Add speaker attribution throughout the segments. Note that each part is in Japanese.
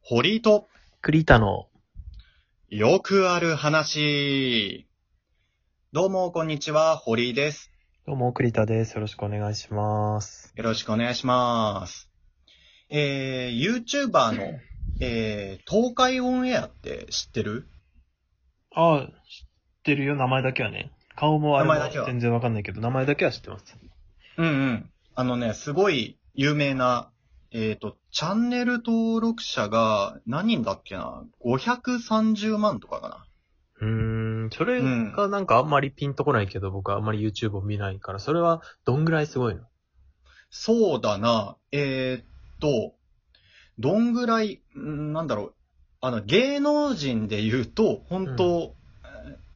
Speaker 1: 堀井と
Speaker 2: 栗田の、
Speaker 1: よくある話。どうも、こんにちは、堀井です。
Speaker 2: どうも、栗田です。よろしくお願いします。
Speaker 1: よろしくお願いします。えー、YouTuber の、えー、東海オンエアって知ってる
Speaker 2: ああ、知ってるよ、名前だけはね。顔もあれ
Speaker 1: 名前だけ
Speaker 2: も
Speaker 1: は
Speaker 2: 全然わかんないけど、名前だけは知ってます。
Speaker 1: うんうん。あのね、すごい有名な、えっ、と、チャンネル登録者が何人だっけな ?530 万とかかな。
Speaker 2: うーん、それ
Speaker 1: うん
Speaker 2: がなんかあんまりピンとこないけど、僕はあんまり YouTube を見ないから、それはどんぐらいすごいの
Speaker 1: そうだな。えーっと、どんぐらい、んなんだろう。あの、芸能人で言うと、本当、えー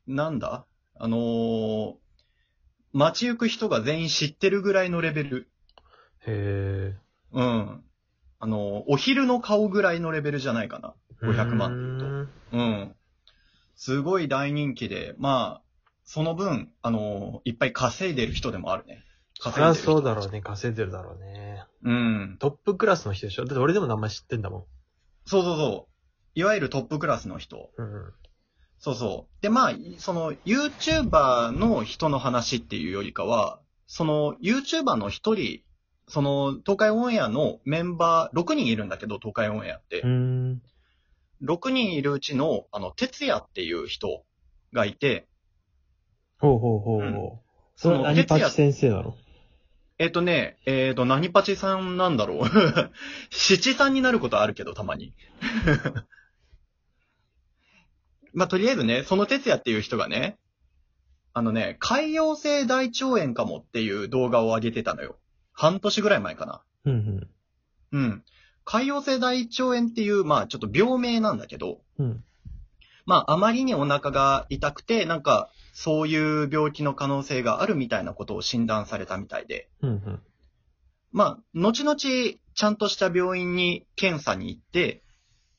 Speaker 1: なんだあのー街行く人が全員知ってるぐらいのレベル。
Speaker 2: へ
Speaker 1: うん。あのーお昼の顔ぐらいのレベルじゃないかな。
Speaker 2: え。
Speaker 1: 500万って言うん。すごい大人気で、まあ、その分、あのーいっぱい稼いでる人でもあるね。
Speaker 2: と。そ
Speaker 1: 稼い
Speaker 2: り
Speaker 1: で
Speaker 2: ゃ
Speaker 1: る人
Speaker 2: そうだろうね、稼いでるだろうね。
Speaker 1: うん。
Speaker 2: トップクラスの人でしょだって俺でも名前知ってんだも
Speaker 1: そうそうそう。いわゆるトップクラスの人。
Speaker 2: ん。うん。
Speaker 1: そうそう。で、まあ、その、YouTuber の人の話っていうよりかは、その、YouTuber の一人、その、東海オンエアのメンバー、6人いるんだけど、東海オンエアって
Speaker 2: う。ん。
Speaker 1: 6人いるうちの、あの、哲也っていう人がいて、
Speaker 2: ほうほうほうほう。
Speaker 1: うん
Speaker 2: そ
Speaker 1: そ
Speaker 2: れ
Speaker 1: の
Speaker 2: 何
Speaker 1: 哲
Speaker 2: パチ
Speaker 1: 也
Speaker 2: 先生なの
Speaker 1: えっ、とね、えっ、と、何パチさんなんだろう。 七さんになることあるけど、たまに。 まあ、とりあえずね、その哲也っていう人がね、あのね、海洋性大腸炎かもっていう動画を上げてたのよ。半年ぐらい前かな。
Speaker 2: うん
Speaker 1: うん。海洋性大腸炎っていう、まあ、ちょっと病名なんだけど、
Speaker 2: うん。うん。
Speaker 1: まあ、あまりにお腹が痛くて、なんか、そういう病気の可能性があるみたいなことを診断されたみたいで、
Speaker 2: うんうん。
Speaker 1: まあ、後々、ちゃんとした病院に検査に行って、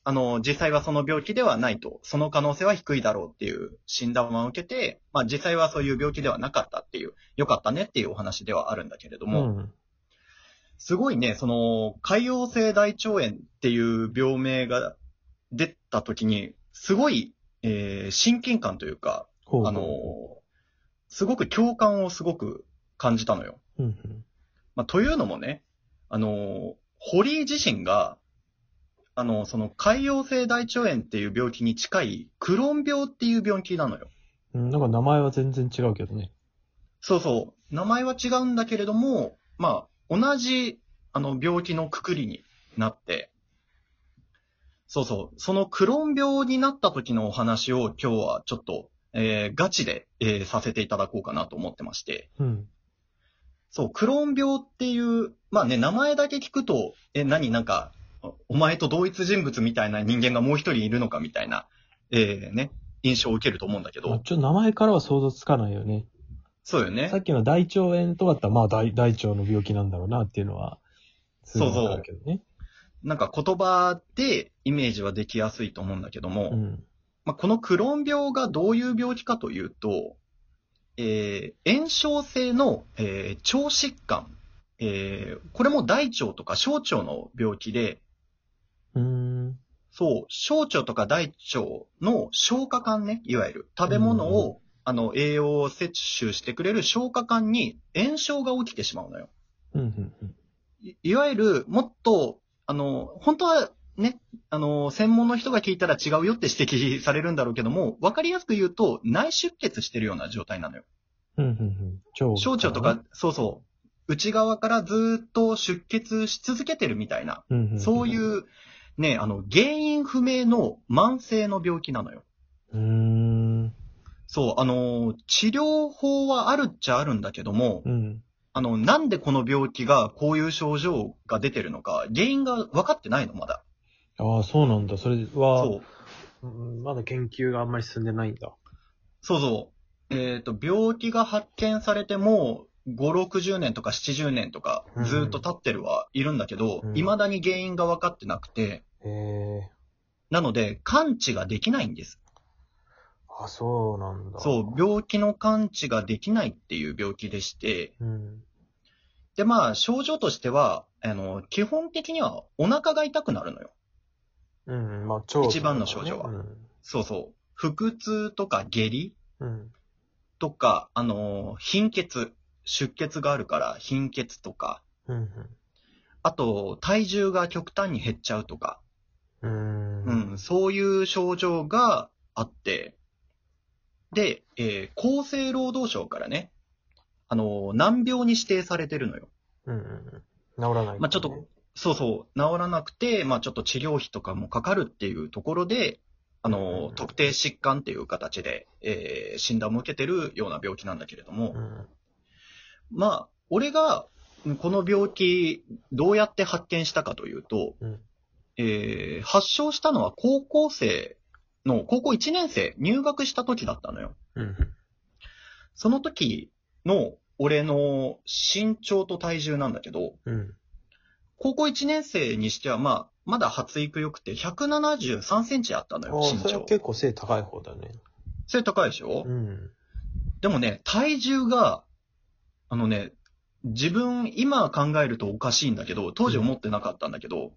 Speaker 1: あの、実際はその病気ではないと、その可能性は低いだろうっていう診断を受けて、まあ実際はそういう病気ではなかったっていう、良かったねっていうお話ではあるんだけれども、
Speaker 2: うん。
Speaker 1: すごいね、その、海洋性大腸炎っていう病名が出た時に、すごい、えー親近感というか、
Speaker 2: ほうほう
Speaker 1: あの、すごく共感をすごく感じたのよ。
Speaker 2: うんうん。
Speaker 1: まあ、というのもね、あのー、堀井自身が、あのー、その海洋性大腸炎っていう病気に近いクローン病っていう病気なのよ。
Speaker 2: うんなんか名前は全然違うけどね。
Speaker 1: そうそう。名前は違うんだけれども、まあ、同じ、あの、病気のくくりになって、そうそう。そのクローン病になった時のお話を今日はちょっと、えーガチで、えーさせていただこうかなと思ってまして。
Speaker 2: うん。
Speaker 1: そう、クローン病っていう、まあね、名前だけ聞くと、え、何なんか、おお前と同一人物みたいな人間がもう一人いるのかみたいな、えーね、印象を受けると思うんだけ
Speaker 2: まあ
Speaker 1: ど、
Speaker 2: ちょっと名前からは想像つかないよね。
Speaker 1: そうよね
Speaker 2: さ。っきの大腸炎とかだったら、まあ大大腸の病気なんだろうなっていうのは、すぐわかるけどね。
Speaker 1: なんか言葉でイメージはできやすいと思うんだけども、
Speaker 2: うん。
Speaker 1: まあ、このクローン病がどういう病気かというと、えー炎症性の、えー腸疾患、えーこれも大腸とか小腸の病気で、
Speaker 2: うーん。
Speaker 1: そう、小腸とか大腸の消化管ね、いわゆる。食べ物を、あの、栄養を摂取してくれる消化管に炎症が起きてしまうのよ。
Speaker 2: うんうんうん。
Speaker 1: いいわゆる、もっと、あの、本当はね、あの、専門の人が聞いたら違うよって指摘されるんだろうけども、わかりやすく言うと、内出血してるような状態なのよ。
Speaker 2: うんうんうん。腸。
Speaker 1: 小腸とか、、そうそう、内側からずーっと出血し続けてるみたいな、
Speaker 2: うんうん、
Speaker 1: そうい。う、ね、あの、原因不明の慢性の病気なのよ。
Speaker 2: うーん。
Speaker 1: そう、あのー、治療法はあるっちゃあるんだけども、
Speaker 2: うん。
Speaker 1: あの、なんでこの病気が、こういう症状が出てるのか、原因が分かってないの、まだ。
Speaker 2: ああ、そうなんだ。それは、
Speaker 1: そう。
Speaker 2: うんまだ研究があんまり進んでないんだ。
Speaker 1: そうそう。えっ、と、病気が発見されても、5、60年とか70年とか
Speaker 2: う、ん
Speaker 1: ずーっと経ってるはいるんだけど、
Speaker 2: うん
Speaker 1: 未だに原因が分かってなくて、
Speaker 2: へえ。
Speaker 1: なので、完治ができないんです。
Speaker 2: あ、そうなんだ。
Speaker 1: そう、病気の完治ができないっていう病気でして、
Speaker 2: うん。
Speaker 1: で、まあ、症状としては、あの、基本的にはお腹が痛くなるのよ。
Speaker 2: うん、まあ、腸、
Speaker 1: 一番の症状はそうそう。腹痛とか下痢
Speaker 2: うん。うん。
Speaker 1: とか、あのー貧血。出血があるから貧血とか、
Speaker 2: うん
Speaker 1: あと、体重が極端に減っちゃうとか、
Speaker 2: うん。
Speaker 1: う
Speaker 2: うん
Speaker 1: ん、そういう症状があって、で、えー厚生労働省からね、あのー難病に指定されてるのよ。
Speaker 2: うんうん。治らない、
Speaker 1: まあちょっと。そうそう、治らなくて、まあちょっと治療費とかもかかるっていうところで、あの
Speaker 2: うん
Speaker 1: ー特定疾患っていう形で、えー診断も受けてるような病気なんだけれども、
Speaker 2: うん。
Speaker 1: まあ、俺が、この病気、どうやって発見したかというと、
Speaker 2: うん
Speaker 1: えー発症したのは高校生の、高校1年生、入学した時だったのよ。
Speaker 2: うん。
Speaker 1: その時の、俺の身長と体重なんだけど、
Speaker 2: うん。
Speaker 1: 高校1年生にしては、まあ、まだ発育良くて、173センチあったの
Speaker 2: あ
Speaker 1: よ、
Speaker 2: あ、
Speaker 1: 身
Speaker 2: それは
Speaker 1: 長。
Speaker 2: 結構背高い方だね。
Speaker 1: 背高いでしょ、
Speaker 2: うん。
Speaker 1: でもね、体重が、あのね、自分、今考えるとおかしいんだけど、当時思ってなかったんだけど、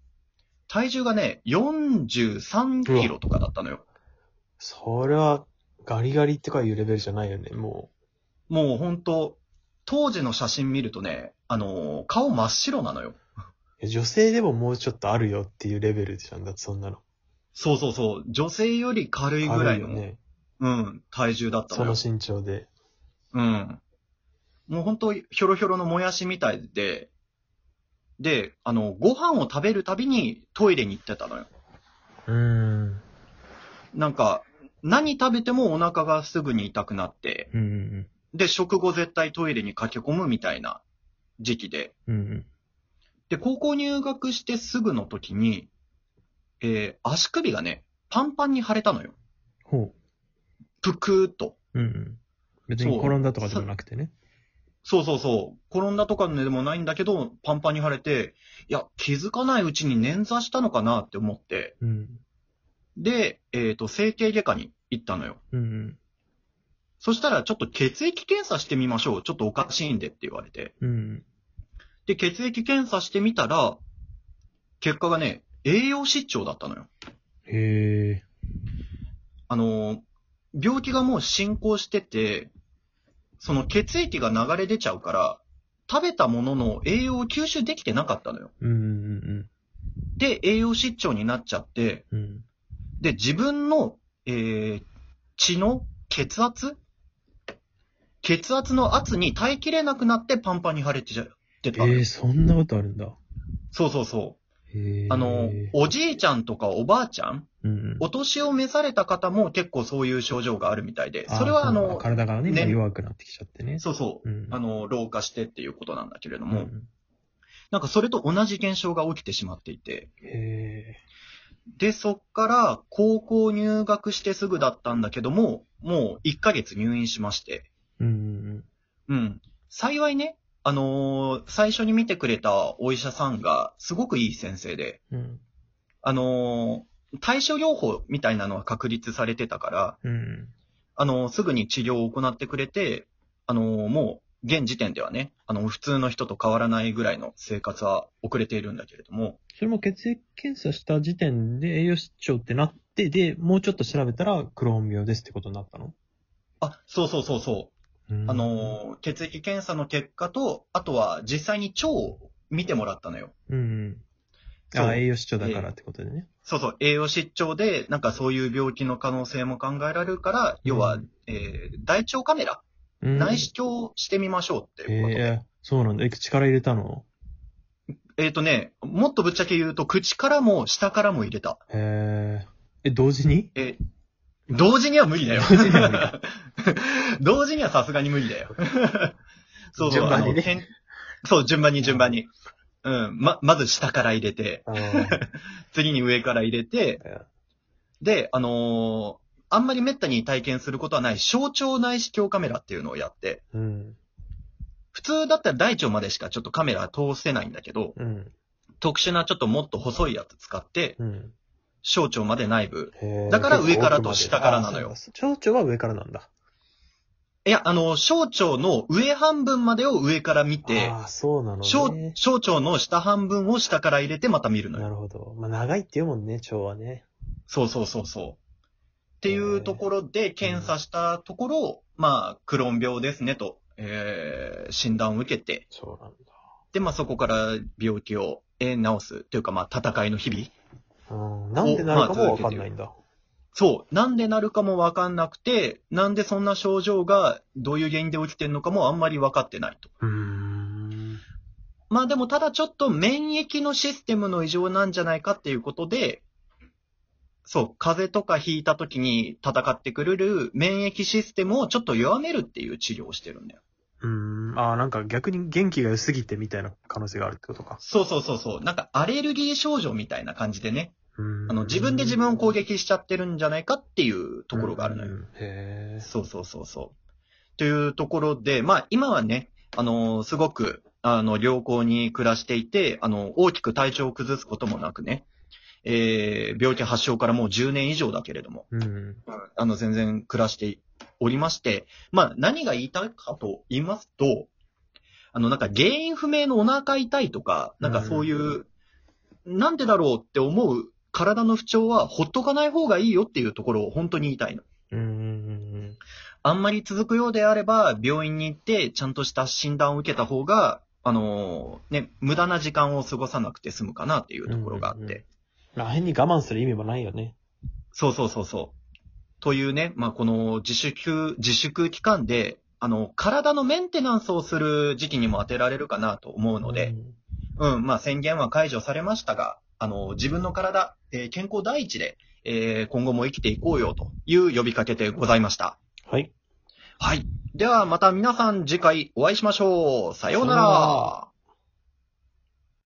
Speaker 1: 体重がね、43キロとかだったのよ。
Speaker 2: それは、ガリガリってかいうレベルじゃないよね、も
Speaker 1: もうほんと、当時の写真見るとね、あのー顔真っ白なのよ。
Speaker 2: う。女性でももうちょっとあるよっていうレベルじゃんだって、そんなの。
Speaker 1: そうそうそう、女性より軽いぐらいの、
Speaker 2: あるよね。
Speaker 1: うん、体重だった
Speaker 2: そ
Speaker 1: の
Speaker 2: の
Speaker 1: よ。
Speaker 2: 身長で。
Speaker 1: うん。もうほんと、ひょろひょろのもやしみたいで、で、あの、ご飯を食べるたびにトイレに行ってたのよ。
Speaker 2: うん。
Speaker 1: なんか、何食べてもお腹がすぐに痛くなって、
Speaker 2: うん。
Speaker 1: で、食後絶対トイレに駆け込むみたいな時期で。
Speaker 2: うん。
Speaker 1: で、高校入学してすぐの時に、えー足首がね、パンパンに腫れたのよ。
Speaker 2: ほ
Speaker 1: ぷくーっと。
Speaker 2: う。うんうん。別
Speaker 1: に転
Speaker 2: んだと
Speaker 1: かでもな
Speaker 2: くてね。
Speaker 1: そうそうそう。転んだとかでもないんだけど、パンパンに腫れて、いや、気づかないうちに捻挫したのかなって思って、
Speaker 2: うん。
Speaker 1: で、えっ、と、整形外科に行ったのよ。
Speaker 2: うん。
Speaker 1: そしたら、ちょっと血液検査してみましょう。ちょっとおかしいんでって言われて。
Speaker 2: うん。
Speaker 1: で、血液検査してみたら、結果がね、栄養失調だったのよ。
Speaker 2: へえ。
Speaker 1: あのー、病気がもう進行してて、その血液が流れ出ちゃうから、食べたものの栄養を吸収できてなかったのよ。
Speaker 2: うんうん
Speaker 1: で、栄養失調になっちゃって、
Speaker 2: うん。うん。
Speaker 1: で、自分の、えー、血の血圧血圧の圧に耐えきれなくなってパンパンに腫れてちゃってたのよ、
Speaker 2: ええ、そんなことあるんだ。
Speaker 1: そうそうそ
Speaker 2: へ
Speaker 1: う。
Speaker 2: え。
Speaker 1: あのー、おじいちゃんとかおばあちゃん
Speaker 2: うん。
Speaker 1: お年を召された方も結構そういう症状があるみたいで、
Speaker 2: あ
Speaker 1: それはあ
Speaker 2: そう
Speaker 1: の、
Speaker 2: 体がね、
Speaker 1: ね
Speaker 2: 弱くなってきちゃってね。
Speaker 1: そうそう、
Speaker 2: うん
Speaker 1: あの、老化してっていうことなんだけれども、
Speaker 2: ん
Speaker 1: なんかそれと同じ現象が起きてしまっていて、
Speaker 2: へ
Speaker 1: で、そっから高校入学してすぐだったんだけども、もう1ヶ月入院しまして、
Speaker 2: え。うん
Speaker 1: うん。幸いね、あのー最初に見てくれたお医者さんがすごくいい先生で、
Speaker 2: うん。うん。
Speaker 1: あのー対処療法みたいなのは確立されてたから、
Speaker 2: うん。
Speaker 1: あの、すぐに治療を行ってくれて、あの、もう、現時点ではね、あの、普通の人と変わらないぐらいの生活は遅れているんだけれども、
Speaker 2: それも血液検査した時点で栄養失調ってなって、で、もうちょっと調べたらクローン病ですってことになったの
Speaker 1: あ、そうそうそうそう、
Speaker 2: うん
Speaker 1: あ、の、血液検査の結果と、あとは実際に腸を見てもらったのよ。
Speaker 2: うん。
Speaker 1: そ
Speaker 2: あ
Speaker 1: う
Speaker 2: 栄養失調だからってことでね。
Speaker 1: そうそう、栄養失調で、なんかそういう病気の可能性も考えられるから、要は、
Speaker 2: うん
Speaker 1: えー大腸カメラ、
Speaker 2: うん
Speaker 1: 内視鏡をしてみましょうっていうこと
Speaker 2: へ
Speaker 1: で。
Speaker 2: え、そうなんだ。え、力入れたの
Speaker 1: えっ、とね、もっとぶっちゃけ言うと、口からも下からも入れた。
Speaker 2: へえ。え、同時に
Speaker 1: え、同時には無理だよ。
Speaker 2: 同時には無理だ
Speaker 1: 同時にはさすがに無理だよ。 そうそう、
Speaker 2: 順
Speaker 1: あ
Speaker 2: 番に
Speaker 1: の、
Speaker 2: ね
Speaker 1: けんそう、順番に順番に。うん、ま、まず下から入れて、
Speaker 2: あ
Speaker 1: 次に上から入れて、で、あのーあんまり滅多に体験することはない小腸内視鏡カメラっていうのをやって、
Speaker 2: うん。
Speaker 1: 普通だったら大腸までしかちょっとカメラ通せないんだけど、
Speaker 2: うん。
Speaker 1: 特殊なちょっともっと細いやつ使って、
Speaker 2: うん。
Speaker 1: 小腸まで内部。
Speaker 2: へえ
Speaker 1: だから上からと下からなのよ
Speaker 2: あそうなんだ蝶々は上からなんだ。
Speaker 1: いや、あの、小腸の上半分までを上から見て、
Speaker 2: ああ、そうなの
Speaker 1: 小
Speaker 2: ね。
Speaker 1: 小腸の下半分を下から入れてまた見るの
Speaker 2: な
Speaker 1: よ。
Speaker 2: るほど。まあ、長いって言うもんね、腸はね。
Speaker 1: そうそうそうそう。っていうところで検査したところ、まあ、クローン病ですねと、えー診断を受けて、
Speaker 2: そうなんだ。
Speaker 1: で、まあそこから病気を、えー治すというか、まあ戦いの日々。
Speaker 2: うん。なんでなるかもわかんないんだ。
Speaker 1: そう。なんでなるかもわかんなくて、なんでそんな症状がどういう原因で起きてるのかもあんまりわかってないと。
Speaker 2: うーん。
Speaker 1: まあでもただちょっと免疫のシステムの異常なんじゃないかっていうことで、そう、風邪とか引いた時に戦ってくれる免疫システムをちょっと弱めるっていう治療をしてるんだよ。
Speaker 2: うーん。ああ、なんか逆に元気が良すぎてみたいな可能性があるってことか。
Speaker 1: そうそうそうそう。なんかアレルギー症状みたいな感じでね、
Speaker 2: うーん
Speaker 1: あの自分で自分を攻撃しちゃってるんじゃないかっていうところがあるのよ。
Speaker 2: うんへえ。
Speaker 1: そうそうそうそう。というところで、まあ今はね、あのーすごく、あの、良好に暮らしていて、あの、大きく体調を崩すこともなくね、えー病気発症からもう10年以上だけれども、
Speaker 2: うん。
Speaker 1: あの、全然暮らしておりまして、まあ何が言いたいかと言いますと、あの、なんか原因不明のお腹痛いとか、なんかそういう、なんでだろうって思う体の不調はほっとかない方がいいよっていうところを本当に言いたいの。
Speaker 2: うんうん
Speaker 1: あんまり続くようであれば、病院に行って、ちゃんとした診断を受けた方が、あのーね、無駄な時間を過ごさなくて済むかなっていうところがあって。
Speaker 2: うんうんうんうん。あ変に我慢する意味もないよね。
Speaker 1: そうそうそうそう。というね、まあ、この自粛、自粛期間で、あの、体のメンテナンスをする時期にも当てられるかなと思うので、うん、まあ、宣言は解除されましたが、あの、自分の体、えー健康第一で、えー今後も生きていこうよという呼びかけでございました。
Speaker 2: はい。
Speaker 1: はい。ではまた皆さん次回お会いしましょう。さような
Speaker 2: さような
Speaker 1: ら
Speaker 2: ら。